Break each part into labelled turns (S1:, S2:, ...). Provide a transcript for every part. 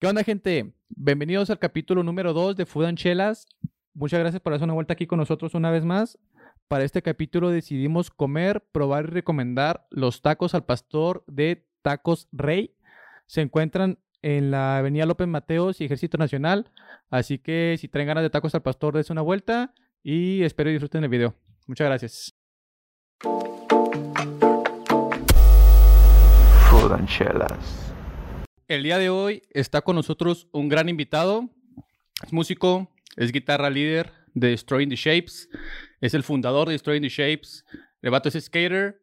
S1: ¿Qué onda, gente? Bienvenidos al capítulo número 2 de Food and Chelas. Muchas gracias por hacer una vuelta aquí con nosotros una vez más. Para este capítulo decidimos comer, probar y recomendar los tacos al pastor de Tacos Rey. Se encuentran en la Avenida López Mateos y Ejército Nacional. Así que si traen ganas de tacos al pastor, des una vuelta y espero disfruten el video. Muchas gracias.
S2: Food and Chelas.
S1: El día de hoy está con nosotros un gran invitado. Es músico, es guitarra líder de Destroying the Shapes, es el fundador de Destroying the Shapes, el vato es skater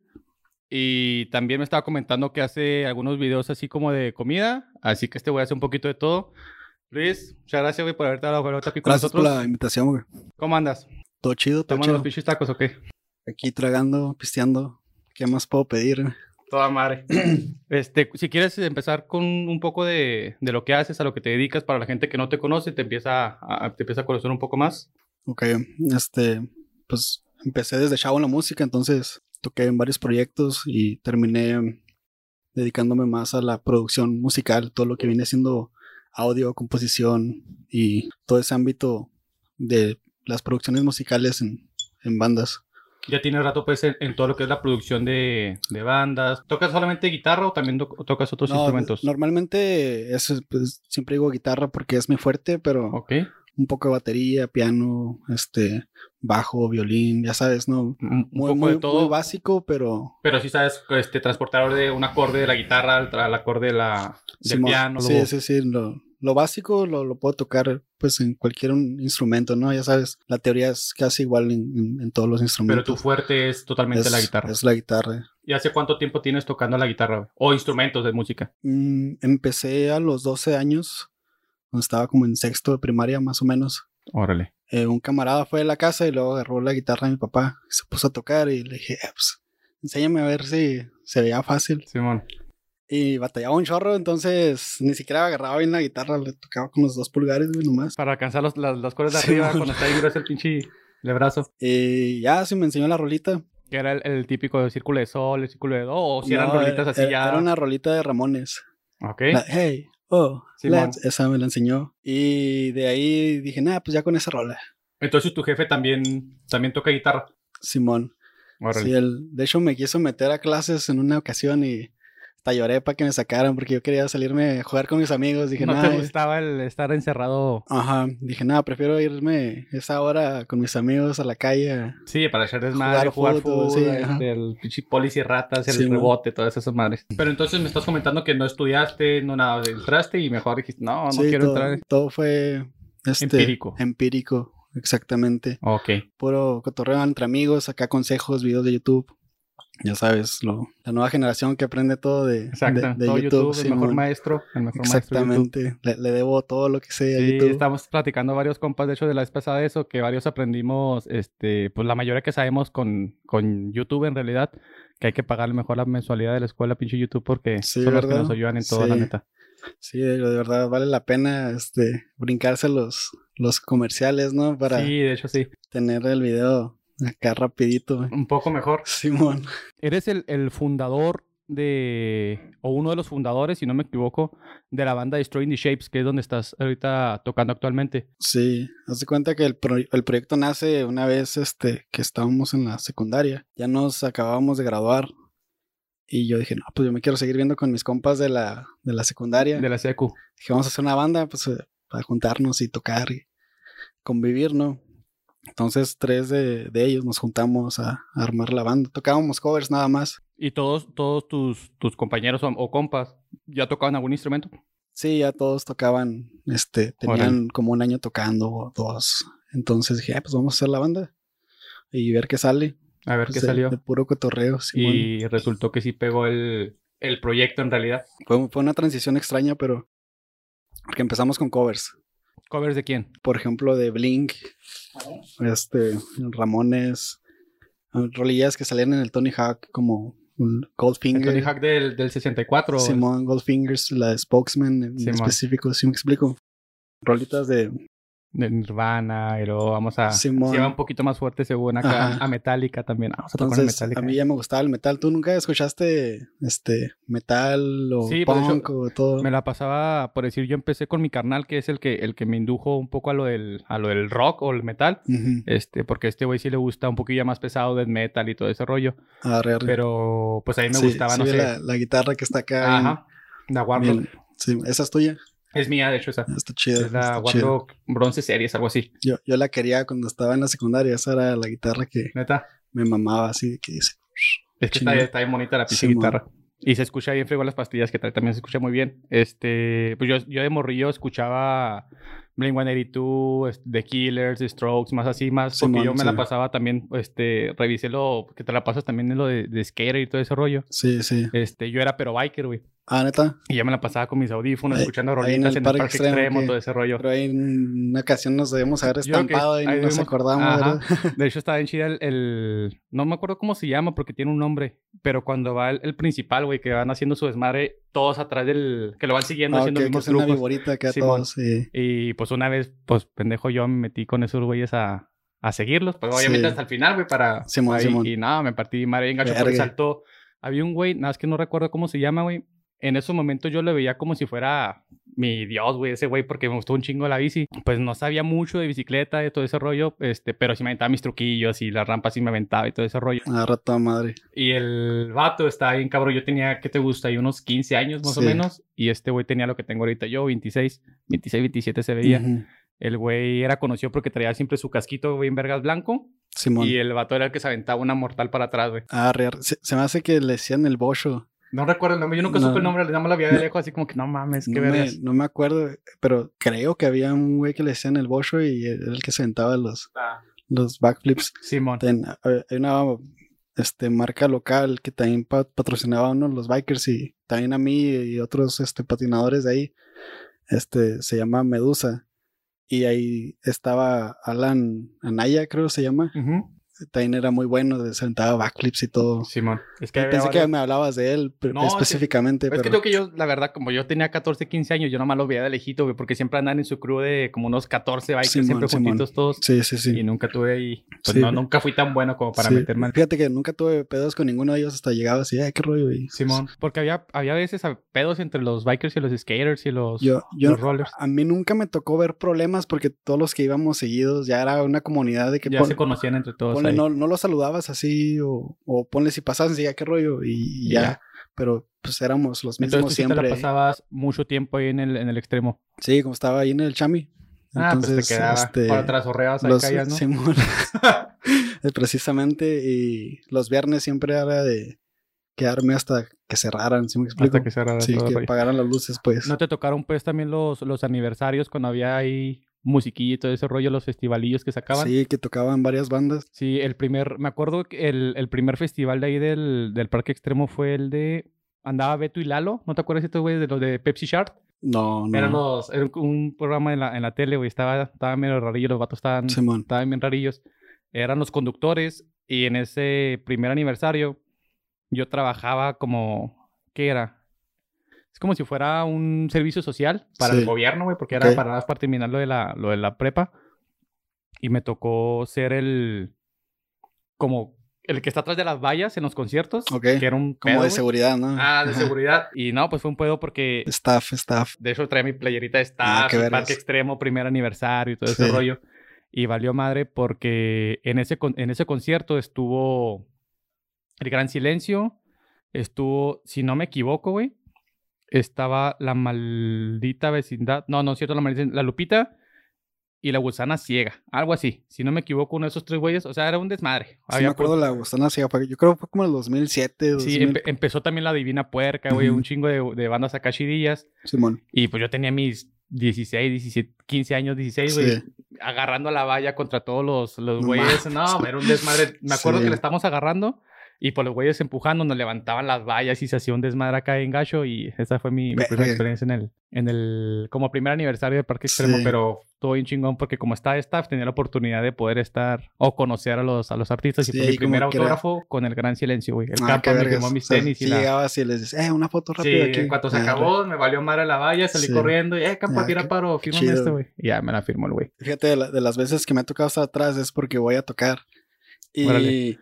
S1: y también me estaba comentando que hace algunos videos así como de comida, así que este voy a hacer un poquito de todo. Luis, muchas gracias güey, por haberte dado la vuelta aquí con
S3: Gracias por
S1: nosotros.
S3: la invitación, güey.
S1: ¿Cómo andas?
S3: Todo chido, todo
S1: ¿Tomando los
S3: chido.
S1: pinches tacos o qué?
S3: Aquí tragando, pisteando. ¿Qué más puedo pedir? güey?
S1: Toda madre. Este, si quieres empezar con un poco de, de lo que haces, a lo que te dedicas, para la gente que no te conoce, te empieza a- a- te empieza a conocer un poco más.
S3: Ok, este, pues empecé desde chavo en la música, entonces toqué en varios proyectos y terminé mm, dedicándome más a la producción musical, todo lo que viene siendo audio, composición y todo ese ámbito de las producciones musicales en, en bandas.
S1: Ya tienes rato pues en, en todo lo que es la producción de, de bandas. ¿Tocas solamente guitarra o también to- tocas otros
S3: No,
S1: instrumentos?
S3: Normalmente es, pues, siempre digo guitarra porque es mi fuerte, pero...
S1: Ok.
S3: un poco de batería, piano, este, bajo, violín, ya sabes, ¿no?
S1: Un, un
S3: Muy,
S1: poco
S3: muy,
S1: de todo.
S3: muy básico, pero...
S1: pero sí sabes este, transportar de un acorde de la guitarra al, tra- al acorde de la, del
S3: Simón,
S1: piano.
S3: sí,
S1: luego-
S3: sí, sí, lo, lo básico lo, lo puedo tocar pues en cualquier un instrumento, ¿no? Ya sabes, la teoría es casi igual en, en- en todos los
S1: Pero
S3: instrumentos.
S1: tu fuerte es totalmente
S3: es
S1: la guitarra.
S3: Es la guitarra.
S1: ¿Y hace cuánto tiempo tienes tocando la guitarra güey? o instrumentos de música?
S3: Mm, empecé a los 12 años, cuando estaba como en sexto de primaria más o menos.
S1: Órale.
S3: Eh, un camarada fue a la casa y luego agarró la guitarra de mi papá, y se puso a tocar y le dije, "Ah, pues, enséñame a ver si se veía fácil.
S1: Simón.
S3: Y batallaba un chorro, entonces ni siquiera agarraba bien la guitarra, le tocaba con los dos pulgares, güey, nomás.
S1: Para alcanzar los- las, las cuerdas de
S3: Simón.
S1: arriba cuando está ahí grueso el pinche el brazo.
S3: Y ya se me enseñó la rolita.
S1: Que era el, el típico círculo de sol, el círculo de do, o si eran
S3: No,
S1: rolitas así
S3: era,
S1: ya.
S3: Era una rolita de Ramones.
S1: Ok.
S3: La, hey, oh,
S1: Simón.
S3: let's", esa me la enseñó. Y de ahí dije, nada, pues ya con esa rola,
S1: Entonces tu jefe también, también toca guitarra.
S3: Simón.
S1: Órale.
S3: Sí, él- de hecho, me quiso meter a clases en una ocasión y hasta lloré para que me sacaran porque yo quería salirme a jugar con mis amigos. Dije, eh".
S1: no
S3: nada.
S1: te gustaba el estar encerrado.
S3: Ajá, dije, nada, prefiero irme esa hora con mis amigos a la calle a-
S1: Sí, para echar desmadre, jugar,
S3: Jugar
S1: fútbol,
S3: fútbol, sí,
S1: este,
S3: ajá.
S1: el pinche polis y ratas, el
S3: Sí, man.
S1: rebote, todas esas madres. Pero entonces me estás comentando que no estudiaste, no nada, entraste y mejor dijiste, no, no
S3: Sí,
S1: quiero
S3: todo,
S1: entrar.
S3: todo fue este,
S1: Empírico.
S3: empírico, exactamente.
S1: Ok.
S3: Puro cotorreo entre amigos, acá consejos, videos de YouTube. Ya sabes, lo, la nueva generación que aprende todo de,
S1: Exacto.
S3: de- de
S1: Todo YouTube, el
S3: Simón.
S1: mejor maestro, el mejor maestro. YouTube.
S3: Exactamente. Le, le debo todo lo que sé a
S1: Sí,
S3: YouTube.
S1: estamos platicando varios compas, de hecho, de la vez pasada de eso, que varios aprendimos, este, pues la mayoría que sabemos con, con YouTube en realidad, que hay que pagarle mejor la mensualidad de la escuela, pinche YouTube, porque
S3: Sí,
S1: son los que
S3: ¿verdad?
S1: nos ayudan en todo, la
S3: Sí.
S1: neta.
S3: Sí, de, de verdad vale la pena este brincarse los, los comerciales, ¿no? Para
S1: Sí, de hecho, sí.
S3: tener el video acá rapidito.
S1: Un poco mejor.
S3: Simón.
S1: Eres el, el fundador de, o uno de los fundadores, si no me equivoco, de la banda Destroying the Shapes, que es donde estás ahorita tocando actualmente.
S3: Sí, haz de cuenta que el, pro- el proyecto nace una vez este, que estábamos en la secundaria. Ya nos acabábamos de graduar. Y yo dije, no, pues yo me quiero seguir viendo con mis compas de la, de la secundaria.
S1: De la CQ.
S3: Dije, vamos a hacer una banda pues, eh, para juntarnos y tocar y convivir, ¿no? Entonces, tres de, de ellos nos juntamos a, a armar la banda. Tocábamos covers nada más.
S1: Y todos, todos tus, tus compañeros o, o compas ya tocaban algún instrumento.
S3: Sí, ya todos tocaban, este, tenían
S1: Órale.
S3: como un año tocando o dos. Entonces dije, "Ah, pues vamos a hacer la banda y ver qué sale.
S1: A ver
S3: Pues
S1: qué
S3: de-
S1: salió.
S3: De puro cotorreo, Simón.
S1: Y resultó que sí pegó el, el proyecto en realidad.
S3: Fue, fue una transición extraña, pero... Porque empezamos con covers.
S1: ¿Covers de quién?
S3: Por ejemplo, de Blink, este, Ramones, eh, rolillas que salían en el Tony Hawk, como un
S1: El
S3: Goldfinger.
S1: Tony Hawk del, del 64. o el-
S3: Simón Goldfingers, la de Spokesman en
S1: Simón.
S3: específico, si me explico. Rolitas de
S1: de Nirvana, y luego vamos a... Se
S3: Simón.
S1: va un poquito más fuerte según acá,
S3: Ajá.
S1: a Metallica también. Ah, Vamos a tocar una
S3: Entonces,
S1: Metallica.
S3: a mí ya me gustaba el metal. ¿Tú nunca escuchaste este metal o
S1: Sí, pues, de
S3: punk o todo?
S1: Me la pasaba, por decir, yo empecé con mi carnal, que es el que, el que me indujo un poco a lo del, a lo del rock o el metal.
S3: Ujú.
S1: Este, porque a este güey sí le gusta un poquillo más pesado, death metal y todo ese rollo.
S3: Arre, arre.
S1: Pero pues a mí me
S3: Sí,
S1: gustaba,
S3: sí
S1: no
S3: ve
S1: sé.
S3: La, la guitarra que está acá.
S1: Ajá. La
S3: bien-
S1: Warlock.
S3: bien- sí, esa es tuya.
S1: Es mía, de hecho, esa.
S3: Está chida.
S1: Es la
S3: está chida.
S1: Warlock Bronze Series, algo así.
S3: Yo, yo la quería cuando estaba en la secundaria. Esa era la guitarra que
S1: Neta.
S3: me mamaba así. Que dice,
S1: Es que
S3: Chingón.
S1: está, está bien bonita la pinche
S3: Simón.
S1: guitarra. Y se escucha bien fregón las pastillas que trae, también se escucha muy bien. Este, pues yo, yo de morrillo escuchaba Blink-182, es- The Killers, The Strokes, más así, más porque
S3: Simón,
S1: yo me la
S3: sí.
S1: pasaba también, este, revisé lo que te la pasas también en lo de, de skater y todo ese rollo.
S3: sí, sí.
S1: Este, yo era pero biker, güey.
S3: Ah, neta.
S1: Y ya me la pasaba con mis audífonos,
S3: Ahí-
S1: escuchando
S3: ahí en
S1: rolitas
S3: el
S1: en el
S3: parque
S1: parque
S3: extremo,
S1: extremo,
S3: ¿qué?
S1: todo ese rollo.
S3: Pero ahí en una ocasión nos debemos haber
S1: Yo creo que
S3: estampado y
S1: ahí
S3: no nos
S1: vimos-
S3: acordamos,
S1: Ajá.
S3: ¿verdad?
S1: De hecho, está bien chida el, el- No me acuerdo cómo se llama porque tiene un nombre. Pero cuando va el, el principal, güey, que van haciendo su desmadre todos atrás del. que lo van siguiendo
S3: Ah, ok,
S1: haciendo
S3: que
S1: mismos
S3: es una
S1: grupos.
S3: viborita acá
S1: Simón.
S3: todos. Sí.
S1: Y pues una vez, pues pendejo, yo me metí con esos güeyes a, a seguirlos. Pues obviamente
S3: Sí.
S1: hasta el final, güey, para.
S3: Simón,
S1: ahí,
S3: Simón.
S1: Y nada, me partí madre bien gacho porque
S3: Verga.
S1: saltó. Había un güey, nada más que no recuerdo cómo se llama, güey. En esos momentos yo lo veía como si fuera mi Dios, güey, ese güey, porque me gustó un chingo la bici. Pues no sabía mucho de bicicleta, de todo ese rollo, este, pero sí me aventaba mis truquillos y la rampa sí me aventaba y todo ese rollo.
S3: Agarra toda madre.
S1: Y el vato está bien cabrón. Yo tenía, ¿qué te gusta? Y unos 15 años más o
S3: Sí.
S1: menos. Y este güey tenía lo que tengo ahorita yo, 26, 26, 27 se veía.
S3: Ujú.
S1: El güey era conocido porque traía siempre su casquito bien vergas blanco.
S3: Simón.
S1: Y el vato era el que se aventaba una mortal para atrás, güey.
S3: Arre, arre. Se, se me hace que le decían el bocho.
S1: No recuerdo el nombre, yo nunca
S3: No.
S1: supe el nombre, le damos la vida de
S3: No.
S1: lejos, así como que no mames, qué
S3: No me,
S1: vergas.
S3: no me acuerdo, pero creo que había un güey que le decían el bocho y era el que se aventaba los,
S1: Ah,
S3: los backflips.
S1: Simón.
S3: Ten- hay una este, marca local que también pa- patrocinaba a uno de los bikers y también a mí y otros este, patinadores de ahí. Este, se llama Medusa. Y ahí estaba Alan Anaya, creo que se llama.
S1: Ujú.
S3: También era muy bueno, se aventaba backflips y todo.
S1: Simón. Es que había
S3: Pensé que
S1: varios-
S3: me hablabas de él pero-
S1: No, es que-
S3: específicamente,
S1: Es que creo
S3: pero
S1: que yo, la verdad, como yo tenía 14, 15 años, yo nomás los veía de lejito, güey, porque siempre andan en su crew de como unos 14 bikers,
S3: Simón,
S1: siempre
S3: Simón.
S1: juntitos todos.
S3: sí, sí, sí.
S1: Y nunca tuve ahí. Pues
S3: Sí.
S1: no, nunca fui tan bueno como para
S3: Sí,
S1: meterme al
S3: Fíjate que nunca tuve pedos con ninguno de ellos hasta llegaba así, ay, qué rollo. Y,
S1: Simón. Porque había, había veces a- pedos entre los bikers y los skaters y los,
S3: Yo, yo,
S1: los rollers.
S3: a mí nunca me tocó ver problemas porque todos los que íbamos seguidos ya era una comunidad de que
S1: Ya
S3: pon-
S1: se conocían entre todos.
S3: ponle,
S1: ahí.
S3: no, no los saludabas así o, o ponle si pasaban, decía, qué rollo. Y,
S1: Y
S3: ya.
S1: ya.
S3: Pero pues éramos los mismos
S1: Entonces tú sí te
S3: siempre.
S1: la pasabas mucho tiempo ahí en el, en el extremo.
S3: Sí, como estaba ahí en el chami.
S1: Ah, pues te quedaba
S3: este,
S1: para atrás orreabas ahí
S3: los-
S1: caías, ¿no?
S3: Simón. Eh, Precisamente, y los viernes siempre era de quedarme hasta que cerraran, ¿sí me explico?
S1: Hasta que cerrara
S3: sí,
S1: todo el
S3: que
S1: rollo.
S3: apagaran las luces, pues.
S1: ¿No te tocaron pues también los, los aniversarios cuando había ahí musiquilla y todo ese rollo, los festivalillos que sacaban?
S3: Sí, que tocaban varias bandas.
S1: Sí, el primer, me acuerdo que el, el primer festival de ahí del, del Parque Extremo fue el de, andaba Beto y Lalo, ¿no te acuerdas de estos güeyes de los de Pepsi Shark?
S3: No, no.
S1: Eran los, era un- un programa en la, en la tele, güey, estaba, estaba medio rarillo, los vatos estaban,
S3: Simón.
S1: estaban bien rarillos. Eran los conductores y en ese primer aniversario yo trabajaba como, ¿qué era? Es como si fuera un servicio social para el
S3: Sí.
S1: gobierno, güey, porque
S3: Ok.
S1: era para, para terminar lo de, la, lo de la prepa. Y me tocó ser el, como el que está atrás de las vallas en los conciertos,
S3: Ok.
S1: que era un
S3: Como
S1: pedo,
S3: de
S1: güey.
S3: seguridad, ¿no?
S1: Ah, de
S3: Ajá.
S1: seguridad. Y no, pues fue un pedo porque
S3: Staff, staff.
S1: de hecho, traía mi playerita de
S3: Ah,
S1: staff,
S3: qué
S1: y
S3: vergas.
S1: parque extremo, primer aniversario y todo ese
S3: Sí.
S1: rollo. Y valió madre porque en ese, con- en ese concierto estuvo El Gran Silencio, estuvo, si no me equivoco, güey, estaba La Maldita Vecindad, no, no es cierto, La Maldita, La Lupita y La Gusana Ciega, algo así. Si no me equivoco, uno de esos tres güeyes, o sea, era un desmadre.
S3: Sí,
S1: Había
S3: me acuerdo la gusana ciega. fue- Yo creo que fue como el 2007,
S1: Ah, pues. Sí,
S3: 2000.
S1: empe- empezó también La Divina Puerca, güey,
S3: Ujú.
S1: un chingo de, de bandas acá chidillas.
S3: Simón.
S1: Y pues yo tenía mis 16, 17, 15 años, 16, güey,
S3: Sí.
S1: agarrando la valla contra todos los, los
S3: No
S1: güeyes.
S3: mames.
S1: No, era un desmadre. Me acuerdo
S3: Sí.
S1: que le estamos agarrando. Y pues los güeyes empujando, nos levantaban las vallas y se hacía un desmadre acá en Gacho. Y esa fue mi, mi
S3: Verga.
S1: primera experiencia en el, en el, como primer aniversario del Parque Extremo.
S3: Sí.
S1: Pero todo bien chingón porque como estaba staff, tenía la oportunidad de poder estar o conocer a los, a los artistas.
S3: Sí,
S1: y fue mi
S3: ahí como
S1: primer
S3: que era-
S1: autógrafo con el gran silencio, güey. El
S3: Ah,
S1: capa
S3: qué
S1: me
S3: vergas.
S1: firmó mis
S3: O sea,
S1: tenis
S3: sí
S1: y la...
S3: llegabas y les dices, eh, una foto
S1: Sí,
S3: rápida aquí.
S1: en cuanto se
S3: Ah,
S1: acabó, me valió madre la valla, salí
S3: Sí.
S1: corriendo y, eh, capa,
S3: Ah,
S1: tira
S3: qué-
S1: paro,
S3: qué
S1: fírmame este,
S3: chido.
S1: güey. Y ya me la firmó el güey.
S3: Fíjate, de, la- de las veces que me ha tocado estar atrás es porque voy a tocar. Y
S1: Órale.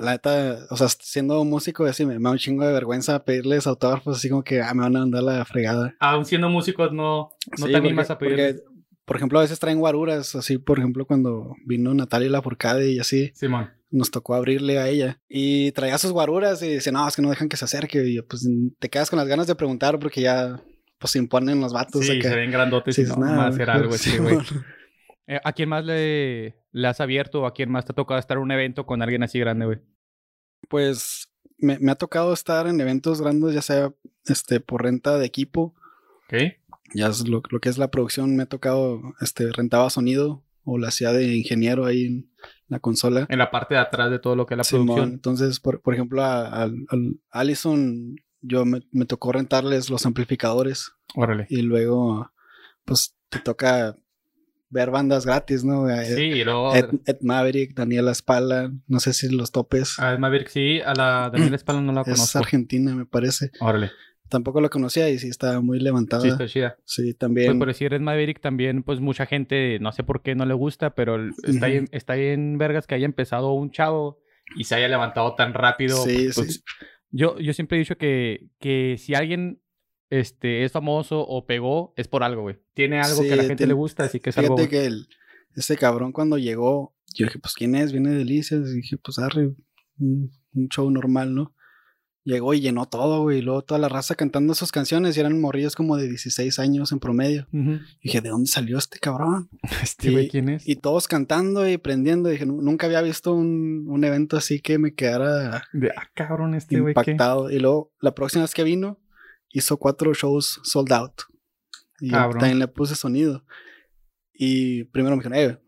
S3: la neta, o sea, siendo músico, así me, me da un chingo de vergüenza pedirles autógrafos, así como que ah, me van a mandar la fregada.
S1: Aún siendo músicos, no, no
S3: Sí,
S1: te animas a
S3: porque-
S1: pedir.
S3: porque, por ejemplo, a veces traen guaruras, así, por ejemplo, cuando vino Natalia Lafourcade y así,
S1: Simón.
S3: nos tocó abrirle a ella. Y traía sus guaruras y dice, no, es que no dejan que se acerque. Y yo, pues, te quedas con las ganas de preguntar porque ya, pues, se imponen los vatos.
S1: Sí,
S3: acá.
S1: se ven grandotes
S3: Sí,
S1: y no,
S3: es nada,
S1: va a
S3: güey.
S1: hacer algo
S3: Sí,
S1: este, güey.
S3: bueno.
S1: Eh, ¿A quién más le, le has abierto o a quién más te ha tocado estar en un evento con alguien así grande, güey?
S3: Pues me, me ha tocado estar en eventos grandes, ya sea este por renta de equipo,
S1: ¿Ok?
S3: ya es lo, lo que es la producción, me ha tocado este rentaba sonido o la hacía de ingeniero ahí en la consola.
S1: En la parte de atrás de todo lo que es la
S3: Simón,
S1: producción.
S3: Entonces, por, por ejemplo, a, al- al Allison, yo me, me tocó rentarles los amplificadores
S1: Órale.
S3: y luego, pues te toca ver bandas gratis, ¿no? Eh,
S1: Sí, y luego...
S3: Ed, Ed Maverick, Daniela Spala, no sé si los topes.
S1: A ver, Maverick, sí, a la Daniela Espalda no la
S3: es
S1: Ah, conozco.
S3: argentina, me parece.
S1: Órale.
S3: Tampoco la conocía y sí estaba muy levantada.
S1: Sí,
S3: Sí,
S1: está chida. Pues
S3: también.
S1: por decir Red Maverick también, pues mucha gente, no sé por qué no le gusta, pero el- está, ahí-
S3: Ujú.
S1: está ahí en vergas que haya empezado un chavo y se haya levantado tan rápido.
S3: Sí,
S1: pues,
S3: sí.
S1: Yo, yo siempre he dicho que, que si alguien este, es famoso o pegó, es por algo, güey. Tiene algo
S3: Sí,
S1: que a la gente
S3: tiene-
S1: le gusta, así que es algo...
S3: Fíjate
S1: güey.
S3: que el, ese cabrón cuando llegó, yo dije, pues quién es, viene de Delicias. Y dije, pues arre, un, un show normal, ¿no? Llegó y llenó todo, güey. Y luego toda la raza cantando sus canciones y eran morrillos como de 16 años en promedio.
S1: Ujú.
S3: dije, ¿de dónde salió este cabrón?
S1: Este güey,
S3: Y-
S1: ¿quién es?
S3: Y todos cantando y prendiendo. Dije, "Nu- nunca había visto un, un evento así que me quedara
S1: De, ah, cabrón, este güey, ¿qué?
S3: impactado. Y luego, la próxima vez que vino, hizo cuatro shows sold out. Y yo
S1: Cabrón.
S3: también le puse sonido. Y primero me dijeron, eh,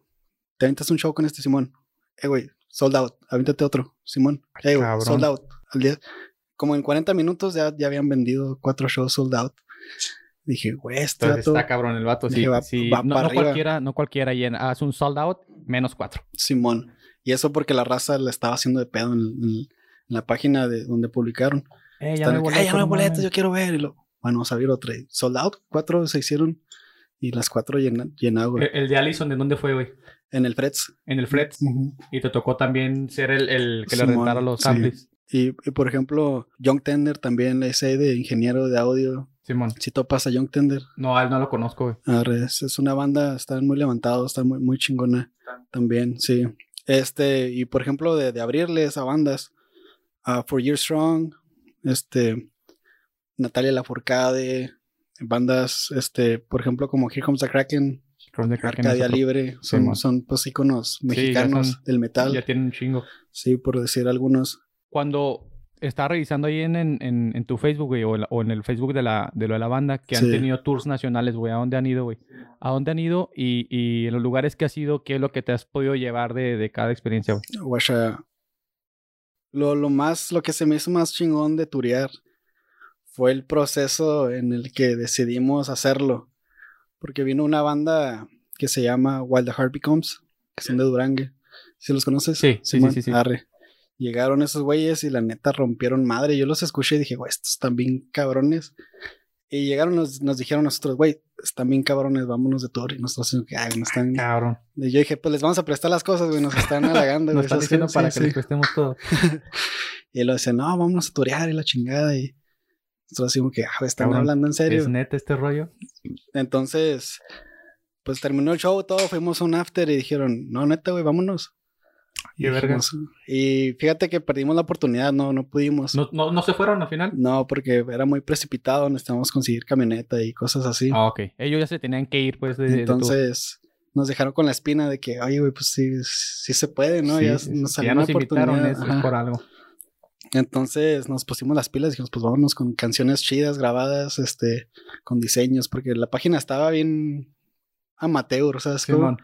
S3: te aventas un show con este Simón. Eh, güey, sold out. Avéntate otro, Simón. Eh, güey,
S1: Cabrón.
S3: sold out. Al día, como en 40 minutos ya, ya habían vendido cuatro shows sold out. Dije, güey, este
S1: Entonces
S3: vato,
S1: está cabrón el vato, sí.
S3: Dije, va-
S1: sí.
S3: va
S1: no,
S3: pa'
S1: no
S3: arriba.
S1: cualquiera, no cualquiera llena. Haz un sold out, menos cuatro.
S3: Simón. Y eso porque la raza la estaba haciendo de pedo en, en la página de donde publicaron.
S1: Eh,
S3: Están de que, "Ay, ya no hay
S1: no
S3: boletos,
S1: mames".
S3: yo quiero ver. Y lo, bueno, vamos a abrir otra. Y Sold out, cuatro se hicieron y las cuatro llena- llenadas, güey.
S1: El, el de Allison, ¿de dónde fue, güey?
S3: en el Freds.
S1: En el Freds. Y te tocó también ser el, el que le
S3: Simón,
S1: rentara los
S3: sí.
S1: amplis.
S3: y, y, por ejemplo, Young Tender también, le hice de ingeniero de audio.
S1: Simón.
S3: Si topas a Young Tender,
S1: No, a él no lo conozco, güey.
S3: arre, es, es una banda, están muy levantados, está muy, muy chingona también, sí. Este, y por ejemplo, de, de abrirles a bandas, a For Year Strong, este, Natalia Lafourcade, bandas, este, por ejemplo, como Here Comes the Kraken,
S1: Ron de Kraken
S3: Arcadia
S1: es otro.
S3: Libre, son,
S1: Simón.
S3: son pues íconos
S1: ya
S3: mexicanos
S1: son-
S3: del metal,
S1: Ya tienen un chingo.
S3: sí, por decir algunos.
S1: Cuando estaba revisando ahí en, en, en- en tu Facebook, güey, o, en la- o en el Facebook de, la, de lo de la banda, que han
S3: Sí.
S1: tenido tours nacionales, güey, ¿a dónde han ido, güey? ¿A dónde han ido? Y, y en los lugares que has ido, ¿qué es lo que te has podido llevar de, de cada experiencia, güey?
S3: Guasha. Lo, lo más, lo que se me hizo más chingón de turear fue el proceso en el que decidimos hacerlo. Porque vino una banda que se llama Wild the Heart Becomes, que son de Durangue. ¿Sí los conoces?
S1: Sí, sí, sí,
S3: Simón,
S1: sí, sí.
S3: arre. Llegaron esos güeyes y la neta rompieron madre. Yo los escuché y dije, güey, estos están bien cabrones. Y llegaron, nos, nos dijeron a nosotros, güey, están bien cabrones, vámonos de tour. Y nosotros, así, ay, no están,
S1: Cabrón.
S3: y yo dije, pues les vamos a prestar las cosas, güey, nos están halagando,
S1: Nos
S3: güey.
S1: están
S3: ¿sabes
S1: diciendo
S3: qué?
S1: para
S3: Sí,
S1: que les
S3: sí.
S1: prestemos todo.
S3: Y lo dice, no, vámonos a turear y la chingada. Y nosotros decimos que, ah, güey, están
S1: Cabrón,
S3: hablando en serio.
S1: ¿Es neta este rollo?
S3: Entonces, pues terminó el show, todo, fuimos a un after y dijeron, no, neta, güey, vámonos.
S1: Qué verga.
S3: dijimos, Y fíjate que perdimos la oportunidad, no, no pudimos. No,
S1: ¿No, no, no se fueron al final?
S3: porque era muy precipitado, necesitábamos conseguir camioneta y cosas así.
S1: Ah, ok. Ellos ya se tenían que ir, pues, de, de- de tour.
S3: Entonces nos dejaron con la espina de que, oye, güey, pues sí, sí se puede, ¿no?
S1: Sí,
S3: ya
S1: sí, sí.
S3: nos
S1: Si
S3: salió
S1: ya
S3: una
S1: nos invitaron,
S3: oportunidad.
S1: es, es
S3: ajá.
S1: por algo.
S3: Entonces nos pusimos las pilas y dijimos, pues vámonos con canciones chidas, grabadas, este, con diseños, porque la página estaba bien amateur, ¿sabes? cómo?
S1: Simón.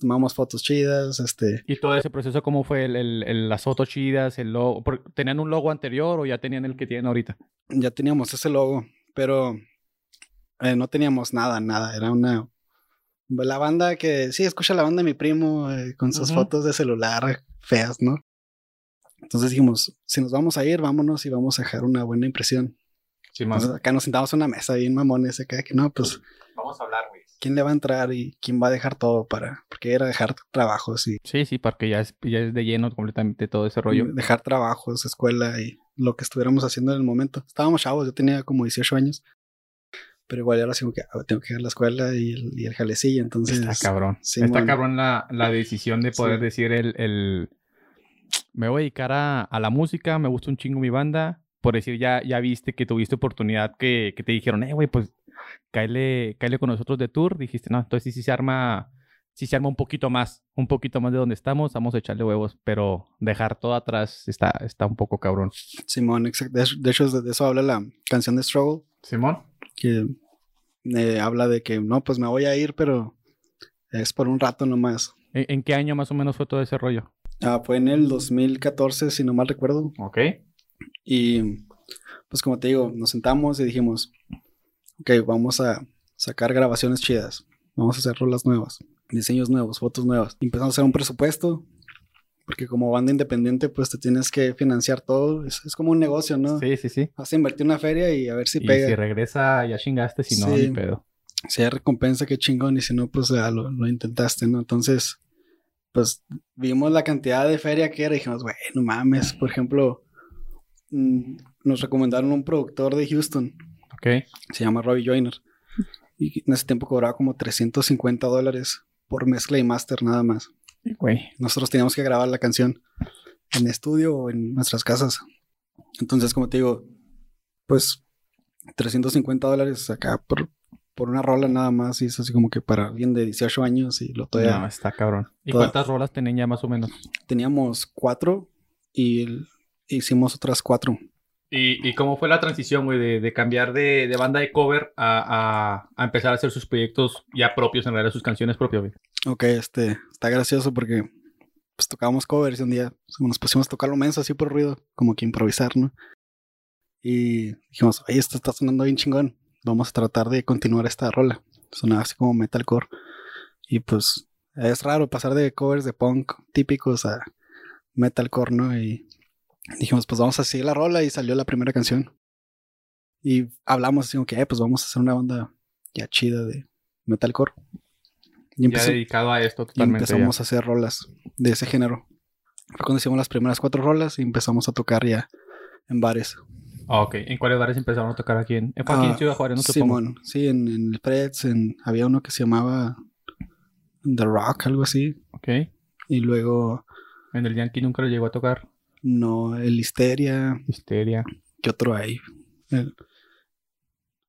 S3: tomamos fotos chidas, este,
S1: Y todo ese proceso, ¿cómo fue el, el, el- las fotos chidas, el logo? Por- ¿Tenían un logo anterior o ya tenían el que tienen ahorita?
S3: ya teníamos ese logo, pero eh, no teníamos nada, nada. Era una. La banda que. Sí, escucha la banda de mi primo eh, con sus
S1: Ujú.
S3: fotos de celular feas, ¿no? Entonces dijimos: si nos vamos a ir, vámonos y vamos a dejar una buena impresión.
S1: Sí,
S3: Entonces, acá nos sentamos en una mesa bien mamones, acá que no, pues.
S1: Vamos a hablar, güey.
S3: ¿Quién le va a entrar y quién va a dejar todo para.? Porque era dejar trabajos y.
S1: Sí, sí, porque ya es, ya es de lleno completamente todo ese rollo.
S3: Dejar trabajos, escuela y lo que estuviéramos haciendo en el momento. Estábamos chavos, yo tenía como 18 años. Pero igual ahora sí como que ah, tengo que ir a la escuela y el, y el jalecillo, entonces...
S1: Está cabrón.
S3: sí,
S1: Está
S3: bueno.
S1: cabrón la, la decisión de poder
S3: Sí.
S1: decir el, el, Me voy a dedicar a, a la música, me gusta un chingo mi banda. Por decir, ya, ya viste que tuviste oportunidad que, que te dijeron, eh, güey, pues cáele, cáele con nosotros de tour. Dijiste, no, entonces sí, sí se arma... Sí se arma un poquito más, un poquito más de donde estamos, vamos a echarle huevos, pero dejar todo atrás está, está un poco cabrón.
S3: Simón, exacto. De, de hecho, de, de eso habla la canción de Struggle,
S1: Simón.
S3: que eh, habla de que, no, pues me voy a ir, pero es por un rato nomás.
S1: ¿En, en qué año más o menos fue todo ese rollo?
S3: Ah, fue en el 2014, si no mal recuerdo.
S1: Ok.
S3: Y pues como te digo, nos sentamos y dijimos, ok, vamos a sacar grabaciones chidas, vamos a hacer rolas nuevas, diseños nuevos, fotos nuevas. Y empezamos a hacer un presupuesto, porque como banda independiente, pues te tienes que financiar todo, es, es como un negocio, ¿no?
S1: Sí, sí, sí.
S3: Vas a invertir una feria y a ver si
S1: y
S3: pega.
S1: si regresa, ya chingaste, si no,
S3: Sí.
S1: ni pedo.
S3: si hay recompensa, qué chingón, y si no, pues ya lo, lo intentaste, ¿no? Entonces, pues vimos la cantidad de feria que era y dijimos, güey, no mames, por ejemplo, mm, nos recomendaron un productor de Houston,
S1: Ok.
S3: se llama Robbie Joyner, y en ese tiempo cobraba como 350 dólares por mezcla y máster nada más.
S1: Güey.
S3: Nosotros teníamos que grabar la canción en estudio o en nuestras casas. Entonces, como te digo, pues 350 dólares acá por, por una rola nada más. Y es así como que para alguien de 18 años y lo todavía.
S1: No, está cabrón. ¿Y
S3: Toda-
S1: cuántas rolas tenían ya más o menos?
S3: Teníamos cuatro y el- hicimos otras cuatro.
S1: ¿Y, y cómo fue la transición, güey, de, de cambiar de, de banda de cover a, a- a empezar a hacer sus proyectos ya propios, en realidad sus canciones propias, güey?
S3: Ok, este, está gracioso porque pues tocábamos covers y un día nos pusimos a tocar lo menso así por ruido, como que improvisar, ¿no? Y dijimos, oye, esto está sonando bien chingón, vamos a tratar de continuar esta rola. Sonaba así como metalcore. Y pues es raro pasar de covers de punk típicos a metalcore, ¿no? Y dijimos, pues vamos a seguir la rola y salió la primera canción. Y hablamos así como que, eh, pues vamos a hacer una banda ya chida de metalcore. Y
S1: ya
S3: empezó-
S1: dedicado a esto
S3: y
S1: totalmente.
S3: empezamos a hacer rolas de ese género. Fue cuando hicimos las primeras cuatro rolas y empezamos a tocar ya en bares.
S1: ya. Ah, ok. ¿En cuáles bares empezaron a tocar aquí? En, fue aquí en
S3: Ah,
S1: Ciudad Juárez, no supongo.
S3: Simón, sí, en, en el Preds, en- había uno que se llamaba The Rock, algo así.
S1: Ok. En
S3: Y luego,
S1: el Yankee nunca lo llegó a tocar.
S3: no, el Histeria,
S1: Histeria.
S3: ¿qué otro hay? El-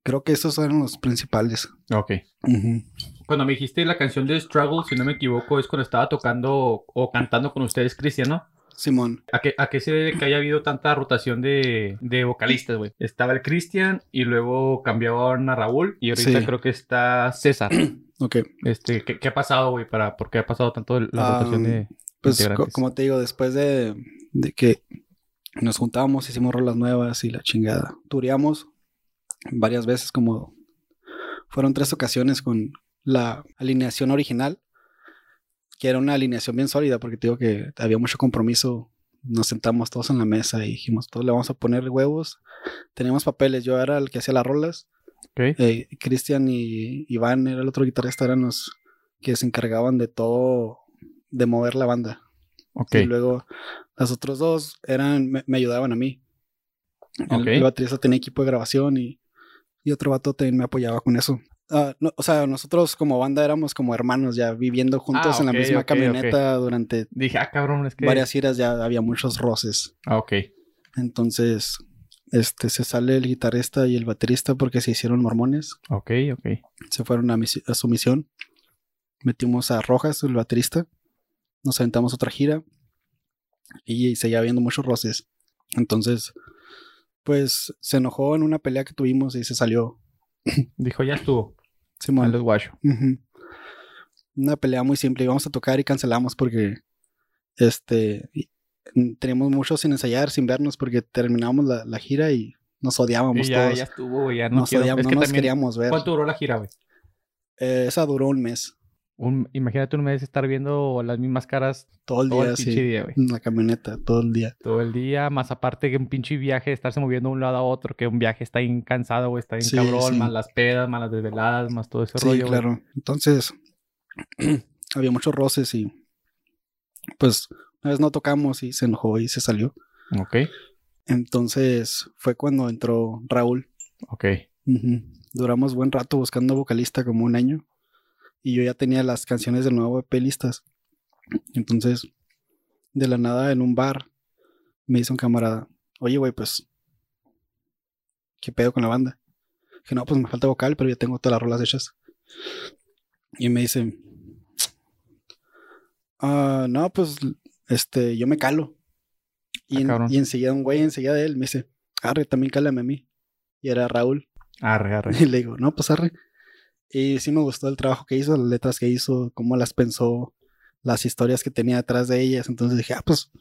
S3: creo que esos eran los principales.
S1: Ok.
S3: Ujú.
S1: Cuando me dijiste la canción de Struggle, si no me equivoco, es cuando estaba tocando o cantando con ustedes, Cristian, ¿no?
S3: Simón,
S1: ¿A qué, a qué se debe que haya habido tanta rotación de, de vocalistas, güey? Estaba el Cristian y luego cambiaron a Raúl y ahorita
S3: Sí.
S1: creo que está César.
S3: ok.
S1: Este, ¿qué, qué ha pasado, güey? Para, ¿Por qué ha pasado tanto la
S3: Ah,
S1: rotación de...?
S3: Pues co-
S1: integrantes?
S3: como te digo, después de, de que nos juntamos, hicimos rolas nuevas y la chingada. Tureamos varias veces, como fueron tres ocasiones con la alineación original, que era una alineación bien sólida, porque te digo que había mucho compromiso. Nos sentamos todos en la mesa y dijimos, todos le vamos a poner huevos. Teníamos papeles, yo era el que hacía las rolas.
S1: Ok.
S3: Eh, Cristian y Iván era el otro guitarrista, eran los que se encargaban de todo, de mover la banda.
S1: ok.
S3: Y luego las otros dos eran, me, me ayudaban a mí. El,
S1: Ok.
S3: el baterista tenía equipo de grabación y, y otro vato también me apoyaba con eso. Ah, no, o sea, nosotros como banda éramos como hermanos ya viviendo juntos
S1: Ah,
S3: en la
S1: ok,
S3: misma
S1: ok,
S3: camioneta durante
S1: Dije, ah, cabrón, es que...
S3: varias giras ya había muchos roces.
S1: Ah, ok.
S3: Entonces, este se sale el guitarrista y el baterista porque se hicieron mormones
S1: Ok, ok.
S3: se fueron a, misi- a su misión. Metimos a Rojas, el baterista. Nos aventamos otra gira. Y, seguía habiendo muchos roces. Entonces, pues se enojó en una pelea que tuvimos y se salió.
S1: Dijo, ya estuvo.
S3: Simón.
S1: los guacho.
S3: Ujú. una pelea muy simple. Íbamos a tocar y cancelamos porque este y- mm, teníamos mucho sin ensayar, sin vernos, porque terminamos la, la gira y nos odiábamos
S1: Y ya,
S3: todos.
S1: ya estuvo, güey, ya no
S3: nos
S1: quiero.
S3: odiábamos,
S1: Es que
S3: no nos
S1: también,
S3: queríamos ver.
S1: ¿Cuánto duró la gira, güey?
S3: Eh, esa duró un mes,
S1: Un- imagínate un mes estar viendo las mismas caras
S3: todo el
S1: todo
S3: día,
S1: el pinche
S3: sí,
S1: día, güey.
S3: en la camioneta, todo el día.
S1: Todo el día, más aparte que un pinche viaje, estarse moviendo de un lado a otro, que un viaje está bien cansado, güey, está bien
S3: Sí,
S1: cabrón,
S3: sí.
S1: más las pedas, más las desveladas, más todo ese
S3: Sí,
S1: rollo. güey.
S3: claro. Entonces, había muchos roces y pues una vez no tocamos y se enojó y se salió.
S1: Ok,
S3: Entonces fue cuando entró Raúl.
S1: ok.
S3: Ujú. Duramos buen rato buscando vocalista, como un año. Y yo ya tenía las canciones del nuevo EP listas. Entonces, de la nada en un bar, me dice un camarada, oye, güey, pues, ¿qué pedo con la banda? Que no, pues me falta vocal, pero ya tengo todas las rolas hechas. Y me dice, "Ah, no, pues, este, yo me calo.
S1: Ah,
S3: Y, en-
S1: cabrón.
S3: y enseguida un güey, enseguida de él, me dice, arre, también cálame a mí. Y era Raúl.
S1: Arre, arre.
S3: Y le digo, no, pues arre. Y sí me gustó el trabajo que hizo, las letras que hizo, cómo las pensó, las historias que tenía detrás de ellas. Entonces dije, ah, pues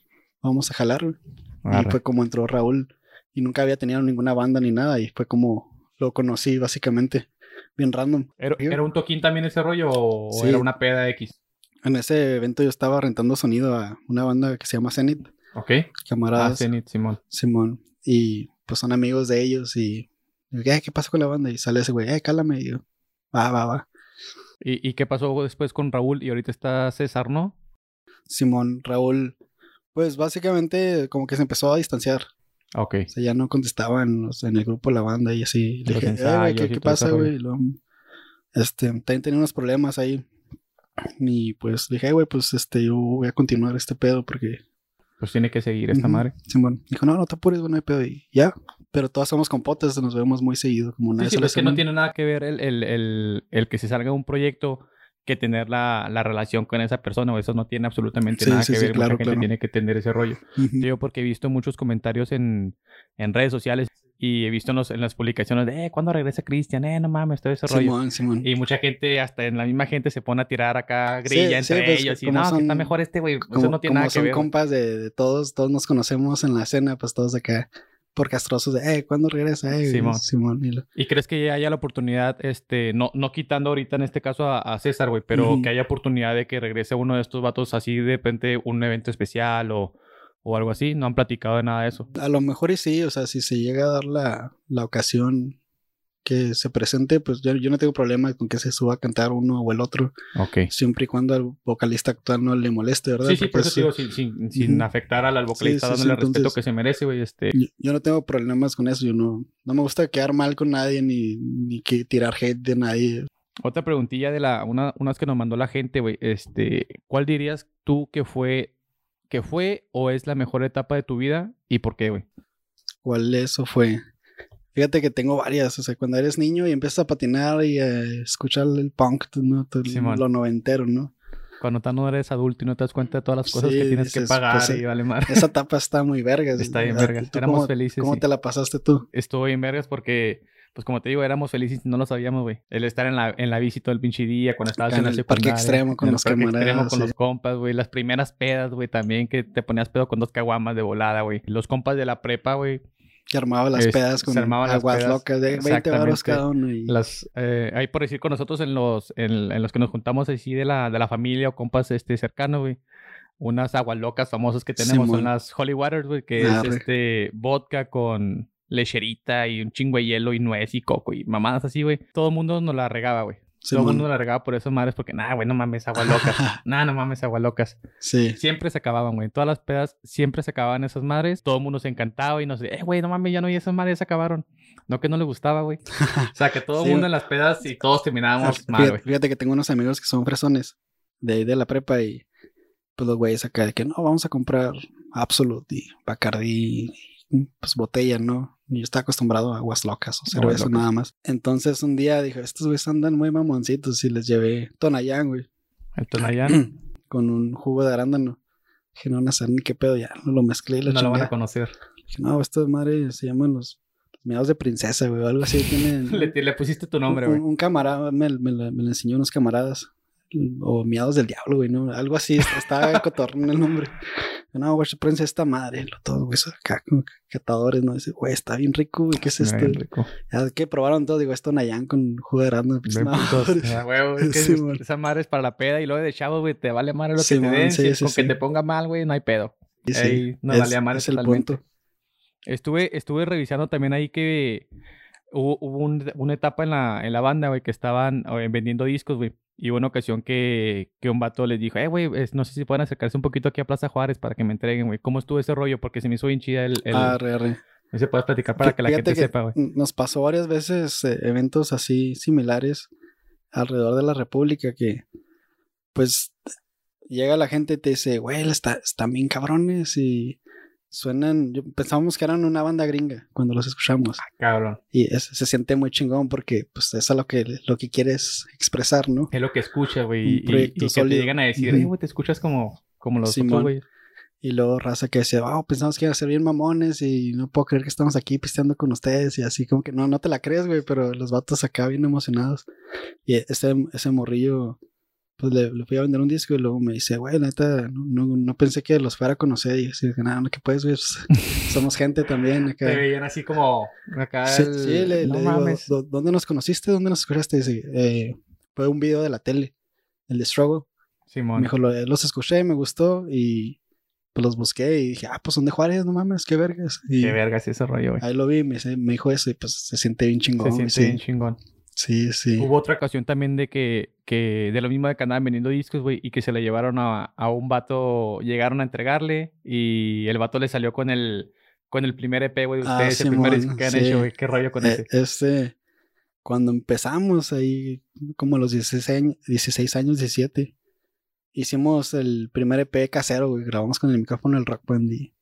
S3: vamos a jalar. güey". Y pues,
S1: arre.
S3: fue como entró Raúl. Y nunca había tenido ninguna banda ni nada. Y fue como lo conocí, básicamente, bien random.
S1: ¿Era, era un toquín también ese rollo o
S3: Sí.
S1: era una peda X?
S3: En ese evento yo estaba rentando sonido a una banda que se llama Zenith,
S1: Ok. Ah,
S3: camaradas
S1: Zenith, Simón.
S3: Simón. Y pues son amigos de ellos. Y digo, "Eh, ¿qué pasó con la banda? Y sale ese güey, eh, cálame. Y yo, va, va, va.
S1: ¿Y, y qué pasó después con Raúl? Y ahorita está César, ¿no?
S3: Simón, Raúl, pues básicamente como que se empezó a distanciar.
S1: Ok.
S3: O sea, ya no contestaban en, en el grupo la banda y así.
S1: Los
S3: Le dije, "Eh, güey,
S1: ensayos y
S3: ¿qué, qué
S1: todo
S3: pasa,
S1: ese rollo".
S3: güey? Y luego, Este, también tenía unos problemas ahí. Y pues le dije, "Ay, güey, pues este, yo voy a continuar este pedo porque.
S1: Pues tiene que seguir esta
S3: Ujú.
S1: madre.
S3: Simón dijo, no, no te apures, güey, no hay pedo. Y ya. Pero todos somos compotes, nos vemos muy seguido, como
S1: Sí,
S3: una vez
S1: sí,
S3: a la
S1: pero es que no
S3: semana.
S1: tiene nada que ver el, el- el- el que se salga un proyecto que tener la, la relación con esa persona. o Eso no tiene absolutamente
S3: Sí,
S1: nada
S3: sí,
S1: que
S3: sí,
S1: ver.
S3: claro,
S1: Mucha gente
S3: claro.
S1: tiene que tener ese rollo.
S3: Ujú.
S1: Digo, porque he visto muchos comentarios en, en redes sociales y he visto en, los- en las publicaciones de, eh, ¿cuándo regresa Cristian? Eh, no mames, todo ese rollo.
S3: Simón, Simón.
S1: Y mucha gente, hasta en la misma gente, se pone a tirar acá
S3: Sí,
S1: grilla
S3: sí,
S1: entre
S3: pues,
S1: ellos. Y
S3: como
S1: no, que está
S3: son-
S1: mejor este, güey. Eso
S3: como,
S1: no tiene
S3: como
S1: nada que
S3: son
S1: ver. güey.
S3: compas de, de todos, todos nos conocemos en la escena, pues todos de acá por castrosos de, eh, ¿cuándo regresa? Eh,
S1: Simón.
S3: Simón. y lo-
S1: ¿Y crees que haya la oportunidad, este, no, no quitando ahorita en este caso a, a César, güey, pero
S3: Ujú.
S1: que haya oportunidad de que regrese uno de estos vatos así de repente un evento especial o, o algo así? No han platicado de nada de eso.
S3: A lo mejor y sí, o sea, si se llega a dar la, la ocasión que se presente, pues yo, yo no tengo problema con que se suba a cantar uno o el otro,
S1: Ok.
S3: siempre y cuando al vocalista actual no le moleste, ¿verdad?
S1: Sí, sí, por
S3: Porque
S1: eso te digo, sin, sin, sin
S3: Ujú.
S1: afectar al al vocalista,
S3: sí, sí,
S1: dándole el respeto
S3: entonces-
S1: que se merece, güey. Este,
S3: Yo, yo no tengo problemas con eso, yo no, no me gusta quedar mal con nadie ni, ni que tirar hate de nadie.
S1: Otra preguntilla de la, una, unas que nos mandó la gente, güey. Este, ¿cuál dirías tú que fue, que fue o es la mejor etapa de tu vida y por qué, güey?
S3: ¿Cuál eso fue? Fíjate que tengo varias, o sea, cuando eres niño y empiezas a patinar y a escuchar el punk, tú, ¿no? Tú,
S1: Simón.
S3: lo noventero, ¿no?
S1: Cuando tan no eres adulto y no te das cuenta de todas las cosas
S3: Sí,
S1: que tienes que
S3: dices,
S1: pagar
S3: pues,
S1: y vale madre.
S3: Esa etapa está muy vergas.
S1: Está bien,
S3: ¿verdad?
S1: verga.
S3: ¿Tú
S1: Éramos
S3: cómo,
S1: felices.
S3: cómo
S1: sí.
S3: te la pasaste tú?
S1: Estuvo bien, vergas, porque, pues como te digo, éramos felices y no lo sabíamos, güey. El estar en la, en la bici todo el pinche día, cuando estabas en,
S3: En
S1: la
S3: el parque
S1: secundaria,
S3: extremo con
S1: en el
S3: los
S1: parque
S3: camaradas,
S1: extremo con
S3: sí.
S1: los compas, güey. Las primeras pedas, güey, también que te ponías pedo con dos caguamas de volada, güey. Los compas de la prepa, güey.
S3: Que armaba las
S1: Es-
S3: pedas
S1: se
S3: con
S1: armaban las
S3: aguas
S1: pedas,
S3: locas de 20
S1: exactamente.
S3: baros cada uno. Y,
S1: Las, eh, ahí por decir con nosotros en los, en, en los que nos juntamos así de la, de la familia o compas este, cercanos, güey. Unas aguas locas famosas que tenemos son
S3: Simón. Ah,
S1: las Holy Waters, güey, que es
S3: Arre.
S1: este vodka con lecherita y un chingo de hielo y nuez y coco y mamadas así, güey. Todo el mundo nos la regaba, güey. Todo el
S3: Simón.
S1: mundo nos la regaba por esas madres porque, nah, güey, no mames, aguas locas. nah, no mames, aguas locas.
S3: sí.
S1: Siempre se acababan, güey. En todas las pedas siempre se acababan esas madres. Todo el mundo se encantaba y nos decía, eh, güey, no mames, ya no, y esas madres se acababan. No que no le gustaba, güey. O sea, que todo el
S3: Sí, Ah,
S1: mundo en las pedas y todos terminábamos mal,
S3: Fíjate,
S1: güey.
S3: fíjate que tengo unos amigos que son fresones de ahí de la prepa y pues los güeyes acá de que no, vamos a comprar Absolute y Bacardi y pues botella, ¿no? Y yo estaba acostumbrado a aguas locas o
S1: Aguas
S3: cerveza
S1: locas.
S3: nada más. Entonces un día dije, estos güeyes andan muy mamoncitos y les llevé Tonayán, güey,
S1: El Tonayán
S3: con un jugo de arándano. Dije, no, no sé ni qué pedo, ya no lo mezclé y
S1: no
S3: la
S1: lo van a
S3: chingada.
S1: conocer.
S3: Dije, no, estas madres se llaman los meados de princesa, güey, o algo así. Tienen,
S1: Le, le pusiste tu nombre,
S3: un,
S1: güey.
S3: un- un camarada me, me la- me la enseñó unos camaradas. o Miados del Diablo, güey, ¿no? Algo así, está, está cotorrón el nombre. No, güey, prensa esta madre, lo todo, güey, eso acá como que catadores, ¿no? Dice, güey, está bien rico, güey, ¿qué es este,
S1: Ah,
S3: esto?
S1: bien rico.
S3: Ya que probaron todo, digo, esto Nayan con jugo de arándano, pues,
S1: Ven
S3: no,
S1: putos.
S3: hombre.
S1: Ah, huevo, es que
S3: Sí,
S1: es-
S3: man.
S1: esa madre es para la peda y luego de chavo, güey, te vale madre lo que
S3: Sí,
S1: te
S3: man,
S1: den.
S3: sí,
S1: si-
S3: sí,
S1: con
S3: sí.
S1: que te ponga mal, güey, no hay pedo.
S3: Y sí,
S1: Ey, nos
S3: es-
S1: valía madre
S3: es el
S1: totalmente.
S3: punto.
S1: Estuve, estuve revisando también ahí que hubo, hubo un- una etapa en la, en la banda, güey, que estaban eh, vendiendo discos, güey. Y hubo una ocasión que, que un vato les dijo, eh, güey, es- no sé si pueden acercarse un poquito aquí a Plaza Juárez para que me entreguen, güey. ¿Cómo estuvo ese rollo? Porque se me hizo bien chida el... el...
S3: Arre, arre.
S1: No se puedes platicar para que la
S3: Ah, Fíjate
S1: gente sepa, güey.
S3: Nos pasó varias veces eh, eventos así similares alrededor de la República que, pues, llega la gente y te dice, güey, está- están bien cabrones y suenan. yo- pensábamos que eran una banda gringa cuando los escuchamos
S1: Cabrón.
S3: y es- se siente muy chingón porque, pues, es a lo que, lo que quieres expresar, ¿no?
S1: Es lo que escucha, güey.
S3: Un
S1: Y, y- y
S3: proyecto
S1: que te
S3: sólido.
S1: llegan a decir,
S3: Ujú.
S1: eh, güey, te escuchas como, como los otros,
S3: Simón.
S1: güey.
S3: Y luego raza que decía, wow, pensamos que iban a ser bien mamones y no puedo creer que estamos aquí pisteando con ustedes y así como que no, no te la crees, güey, pero los vatos acá bien emocionados. Y ese, ese morrillo, pues le, le fui a vender un disco y luego me dice, güey, la neta, no, no, no pensé que los fuera a conocer. Y yo así, de que, nada, no, que puedes, güey, pues, somos gente también
S1: Te
S3: acá.
S1: veían así como acá
S3: Sí,
S1: el-
S3: sí, le,
S1: no
S3: le digo,
S1: mames.
S3: "¿Dó- ¿dónde nos conociste? ¿Dónde nos escuchaste? Dice, "Eh, fue un video de la tele, el de Struggle.
S1: Simón.
S3: Me dijo, "Lo- eh, los escuché, me gustó y pues los busqué y dije, ah, pues son de Juárez, no mames, qué vergas. Y
S1: Qué vergas ese rollo, güey.
S3: ahí lo vi, me, dice- me dijo eso y pues se siente bien
S1: Se
S3: chingón. güey,
S1: siente
S3: sí,
S1: bien chingón.
S3: sí, sí.
S1: Hubo otra ocasión también de que, que de la misma de Canadá vendiendo discos, güey, y que se le llevaron a, a un vato, llegaron a entregarle y el vato le salió con el con el primer EP, güey, de
S3: Ah,
S1: ustedes, el primer
S3: Simón,
S1: disco que han
S3: sí.
S1: hecho, güey, qué rollo con
S3: Eh,
S1: ese.
S3: este, cuando empezamos ahí, como a los 16, años- 16 años, 17, hicimos el primer EP casero, güey, grabamos con el micrófono del Rock Band y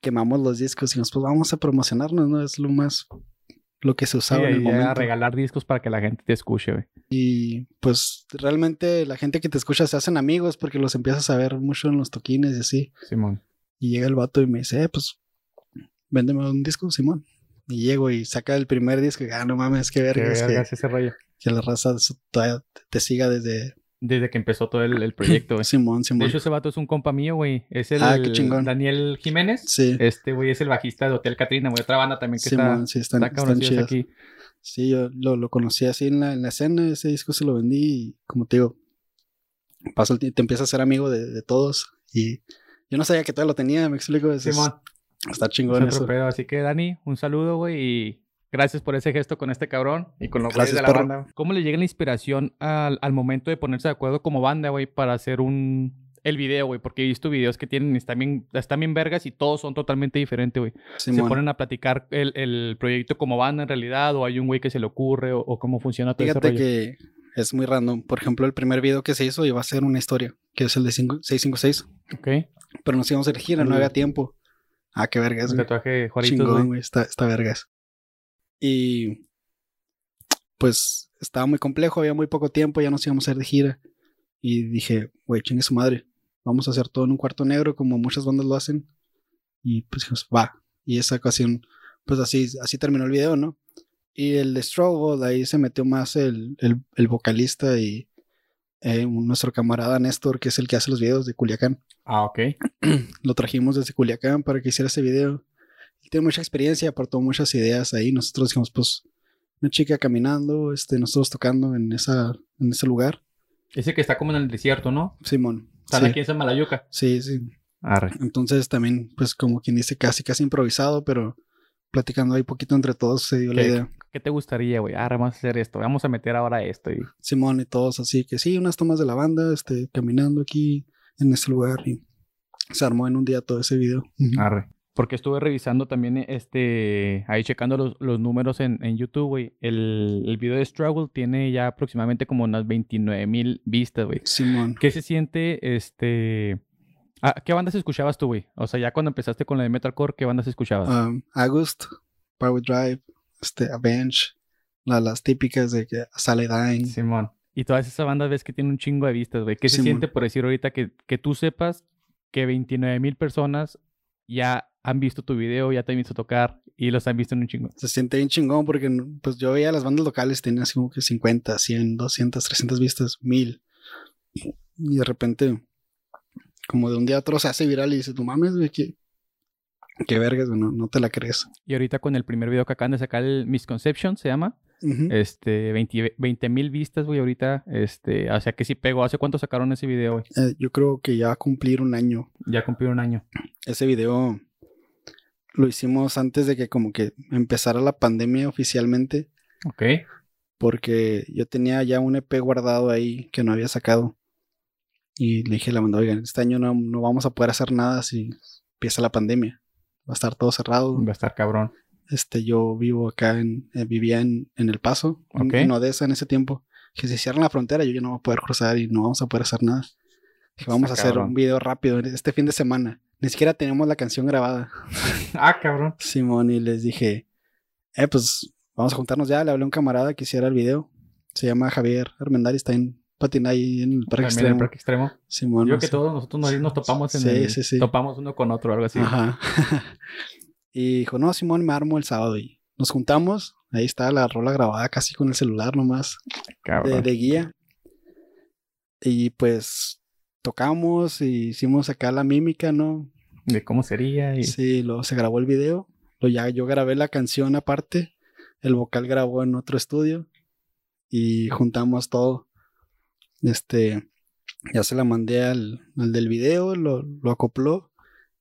S3: quemamos los discos y nos pues vamos a promocionarnos, ¿no? Es lo más, lo que se
S1: Sí,
S3: usaba en el
S1: y a
S3: momento.
S1: regalar discos para que la gente te escuche, güey.
S3: Y pues realmente la gente que te escucha se hacen amigos porque los empiezas a ver mucho en los toquines y así.
S1: Simón.
S3: Y llega el vato y me dice, eh, pues, véndeme un disco, Simón. Y llego y saca el primer disco y, ah, no mames, qué
S1: Qué
S3: vergas, que,
S1: vergas ese rollo.
S3: que la raza de su- todavía te- te siga desde
S1: Desde que empezó todo el, el proyecto, güey.
S3: Simón,
S1: De
S3: Simón.
S1: hecho, ese vato es un compa mío, güey. Es el
S3: Ah, qué chingón.
S1: Daniel Jiménez.
S3: Sí,
S1: Este, güey, es el bajista de Hotel Catrina, güey. Otra banda también que
S3: Simón,
S1: está,
S3: sí, están,
S1: está
S3: están
S1: cabroncillos
S3: chidas.
S1: aquí.
S3: Sí, yo lo, lo conocí así en la, en la escena, ese disco se lo vendí y como te digo, pasa el tie- te empiezas a ser amigo de, de todos y yo no sabía que todavía lo tenía, me explico, es- es-
S1: Simón.
S3: está
S1: Es
S3: chingón
S1: otro
S3: eso.
S1: pedo. Así que, Dani, un saludo, güey, y gracias por ese gesto con este cabrón y con los güeyes
S3: Gracias,
S1: de la
S3: perro.
S1: banda. ¿Cómo le llega la inspiración al, al momento de ponerse de acuerdo como banda, güey, para hacer un... El video, güey, porque he visto videos que tienen, están bien, están bien vergas y todos son totalmente diferentes, güey. Se
S3: Simón.
S1: ponen a platicar el, el proyecto como banda en realidad, o hay un güey que se le ocurre, o, o cómo funciona todo ese
S3: Fíjate
S1: rollo.
S3: que es muy random. Por ejemplo, el primer video que se hizo iba a ser una historia, que es el de cinco- 656,
S1: Ok.
S3: pero nos íbamos a elegir, no
S1: Mm.
S3: había tiempo. Ah, qué vergas,
S1: Un
S3: güey.
S1: tatuaje de Juaritos,
S3: Chingón,
S1: güey.
S3: güey, está, está vergas. Y pues estaba muy complejo, había muy poco tiempo, ya nos íbamos a ir de gira. Y dije, güey, chingue su madre, vamos a hacer todo en un cuarto negro como muchas bandas lo hacen. Y pues dijimos, va. Y esa ocasión, pues así, así terminó el video, ¿no? Y el de Struggle, ahí se metió más el, el- el vocalista y eh, nuestro camarada Néstor, que es el que hace los videos de Culiacán
S1: Ah, ok.
S3: lo trajimos desde Culiacán para que hiciera ese video. Él tiene mucha experiencia, aportó muchas ideas ahí. Nosotros dijimos, pues, una chica caminando, este, nosotros tocando en, esa, en ese lugar.
S1: Ese que está como en el desierto, ¿no?
S3: Simón.
S1: Están
S3: sí,
S1: aquí en San Malayuca.
S3: sí, sí.
S1: Arre.
S3: Entonces también, pues, como quien dice, casi, casi improvisado, pero platicando ahí poquito entre todos se dio la
S1: ¿Qué?
S3: idea.
S1: ¿Qué te gustaría, güey? Ahora vamos a hacer esto. Vamos a meter ahora esto. Y...
S3: Simón y todos así que sí, unas tomas de la banda, este, caminando aquí en ese lugar y se armó en un día todo ese video. Ujú.
S1: Arre. Porque estuve revisando también, este, ahí checando los, los números en, en YouTube, güey. El, el video de Struggle tiene ya aproximadamente como unas 29 mil vistas, güey.
S3: Simón.
S1: ¿Qué se siente, este... ah, ¿Qué bandas escuchabas tú, güey? O sea, ya cuando empezaste con la de Metalcore, ¿qué bandas escuchabas?
S3: um, August, Power Drive, este, Avenge, la- las típicas de que Sally Dying.
S1: Simón. Y todas esas bandas ves que tienen un chingo de vistas, güey. ¿Qué se
S3: Simón.
S1: siente por decir ahorita que, que tú sepas que 29 mil personas ya han visto tu video, ya te han visto tocar y los han visto en un chingo?
S3: Se siente bien chingón porque pues yo veía las bandas locales, tenían así como que 50, 100, 200, 300 vistas, 1000. Y de repente, como de un día a otro se hace viral y dices, no mames, güey, qué, qué vergas, güey, no, no te la crees.
S1: Y ahorita con el primer video que acaban de sacar, el Misconception se llama.
S3: Ujú.
S1: Este, 20 mil vistas, güey, ahorita. Este, o sea que sí pegó. ¿Hace cuánto sacaron ese video, güey?
S3: Eh, yo creo que ya va a cumplir un año.
S1: Ya cumplió un año.
S3: Ese video lo hicimos antes de que como que empezara la pandemia oficialmente,
S1: Ok.
S3: porque yo tenía ya un EP guardado ahí que no había sacado. Y le dije a la banda, oigan, este año no, no vamos a poder hacer nada si empieza la pandemia. Va a estar todo cerrado.
S1: Va a estar cabrón.
S3: Este, yo vivo acá en, eh, vivía en, en El Paso, en-
S1: Ok.
S3: en Odessa en ese tiempo. Que si cierran la frontera, yo ya no voy a poder cruzar y no vamos a poder hacer nada. Dije, vamos a
S1: Está
S3: hacer
S1: cabrón.
S3: un video rápido este fin de semana. Ni siquiera tenemos la canción grabada.
S1: Ah, cabrón.
S3: Simón y les dije, eh, pues vamos a juntarnos ya. Le hablé a un camarada que hiciera el video. Se llama Javier Armendari, está en patina ahí en el parque
S1: También en el
S3: extremo.
S1: parque extremo.
S3: Simón,
S1: Yo
S3: no
S1: creo que
S3: sé.
S1: todos nosotros nos, nos topamos en
S3: Sí,
S1: el-
S3: sí, sí.
S1: Topamos uno con otro, algo así.
S3: Ajá. y dijo, no, Simón, me armo el sábado. Y nos juntamos. Ahí está la rola grabada casi con el celular nomás de,
S1: Cabrón.
S3: de guía. Y pues tocamos y hicimos acá la mímica, ¿no?
S1: De cómo sería y...
S3: Sí, luego se grabó el video. Lo ya, yo grabé la canción aparte. El vocal grabó en otro estudio. Y juntamos todo. Este. Ya se la mandé al, al del video, lo, lo acopló.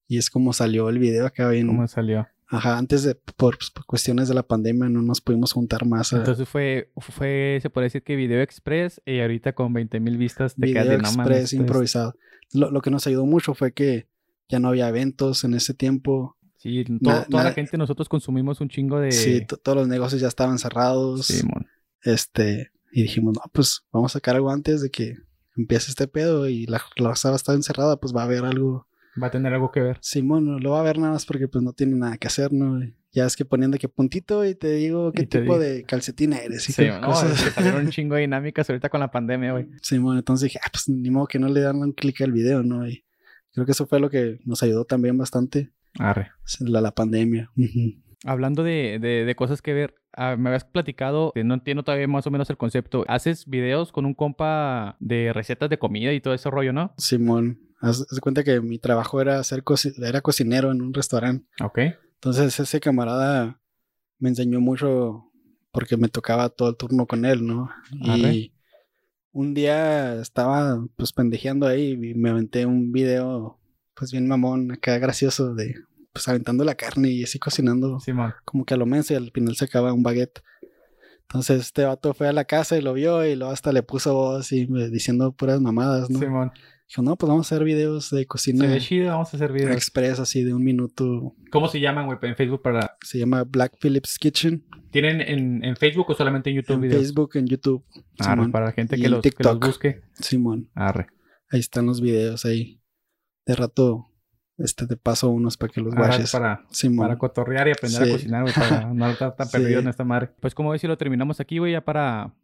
S3: Y es como salió el video acá bien.
S1: cómo salió.
S3: Ajá, antes de. Por, pues, por cuestiones de la pandemia no nos pudimos juntar más. a-
S1: Entonces fue, fue, se puede decir que Video Express y ahorita con 20 mil vistas te
S3: Video
S1: quedas de no mames,
S3: Express
S1: esto es-
S3: improvisado. Lo, lo que nos ayudó mucho fue que ya no había eventos en ese tiempo.
S1: Sí, to-
S3: Na-
S1: toda la
S3: nada-
S1: gente, nosotros consumimos un chingo de...
S3: Sí, to- todos los negocios ya estaban cerrados.
S1: Simón.
S3: este, y dijimos, no, pues vamos a sacar algo antes de que empiece este pedo y la, la raza va a estar encerrada, pues va a haber algo.
S1: Va a tener algo que ver.
S3: Simón no lo va a ver nada más porque pues no tiene nada que hacer, ¿no? Ya es que poniendo que puntito y te digo qué
S1: Y te
S3: tipo
S1: digo.
S3: de calcetín eres y
S1: Sí,
S3: qué
S1: no,
S3: cosas.
S1: es que salieron un chingo de dinámicas ahorita con la pandemia, güey.
S3: Simón, entonces dije, ah, pues ni modo que no le dan un clic al video, ¿no? Y creo que eso fue lo que nos ayudó también bastante,
S1: Arre.
S3: la, la pandemia. Ujú.
S1: Hablando de, de- de cosas que ver, ah, me habías platicado, eh, no entiendo todavía más o menos el concepto. Haces videos con un compa de recetas de comida y todo ese rollo, ¿no?
S3: Simón, haz, haz de cuenta que mi trabajo era, ser coci- era cocinero en un restaurante.
S1: Ok.
S3: Entonces ese camarada me enseñó mucho porque me tocaba todo el turno con él, ¿no?
S1: Arre.
S3: Y un día estaba pues pendejeando ahí y me aventé un video pues bien mamón, acá gracioso de pues aventando la carne y así cocinando
S1: Simón.
S3: como que a lo menos y al final se acaba un baguette. Entonces este vato fue a la casa y lo vio y luego hasta le puso voz y me- diciendo puras mamadas, ¿no?
S1: Simón.
S3: Dijo, no, pues vamos a hacer videos de
S1: Se
S3: cocina
S1: ve chido, vamos a hacer videos.
S3: express así de un minuto.
S1: ¿Cómo se llaman, güey, en Facebook para...
S3: Se llama Black Phillips Kitchen.
S1: ¿Tienen en, en Facebook o solamente en YouTube
S3: en
S1: videos?
S3: Facebook, en YouTube.
S1: Arre,
S3: Simón.
S1: para la gente
S3: Y
S1: que
S3: en
S1: los, que los
S3: TikTok.
S1: busque.
S3: Simón,
S1: Arre.
S3: ahí están los videos ahí. De rato, este te paso unos para que los
S1: Arre,
S3: guaches.
S1: para,
S3: Simón.
S1: Para cotorrear y aprender
S3: Sí.
S1: a cocinar, güey, para no estar tan
S3: Sí.
S1: perdido en esta madre. Pues como ves si lo terminamos aquí, güey, ya para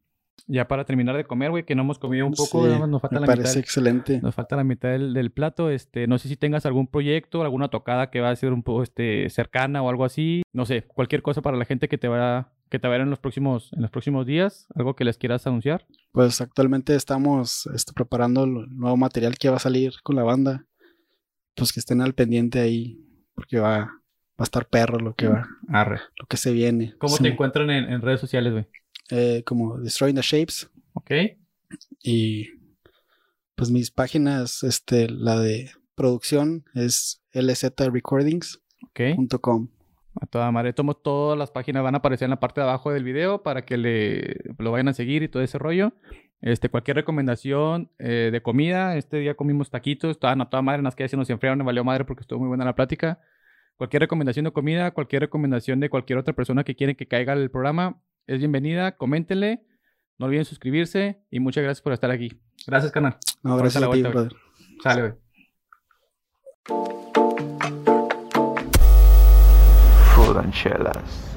S1: ya para terminar de comer, güey, que no hemos comido un poco,
S3: Sí,
S1: nada más nos falta
S3: Me
S1: la
S3: parece
S1: mitad.
S3: excelente.
S1: Nos falta la mitad del, del plato. Este, no sé si tengas algún proyecto, alguna tocada que va a ser un poco este, cercana o algo así. No sé, cualquier cosa para la gente que te va, que te va a ver en los próximos, en los próximos días, algo que les quieras anunciar.
S3: Pues actualmente estamos este, preparando el nuevo material que va a salir con la banda. Pues que estén al pendiente ahí, porque va, va a estar perro lo que va,
S1: Arre.
S3: lo que se viene.
S1: Mm. ¿Cómo te
S3: Simón.
S1: encuentran en, en redes sociales, güey?
S3: Eh, como Destroying the Shapes.
S1: ¿Ok?
S3: Y pues mis páginas, este, la de producción es lzrecordings.com.
S1: Ok. A toda madre. Tomo todas las páginas, van a aparecer en la parte de abajo del video para que le lo vayan a seguir y todo ese rollo. Este, cualquier recomendación eh, de comida. Este día comimos taquitos. Estaban a toda madre, las que ya se nos enfriaron, me valió madre porque estuvo muy buena la plática. Cualquier recomendación de comida, cualquier recomendación de cualquier otra persona que quieren que caiga al programa, es bienvenida. Coméntenle. No olviden suscribirse y muchas gracias por estar aquí. Gracias, canal.
S3: No, gracias
S1: la
S3: a ti,
S1: vuelta, güey.
S3: brother.
S1: Sale, güey.
S2: Food and Chelas.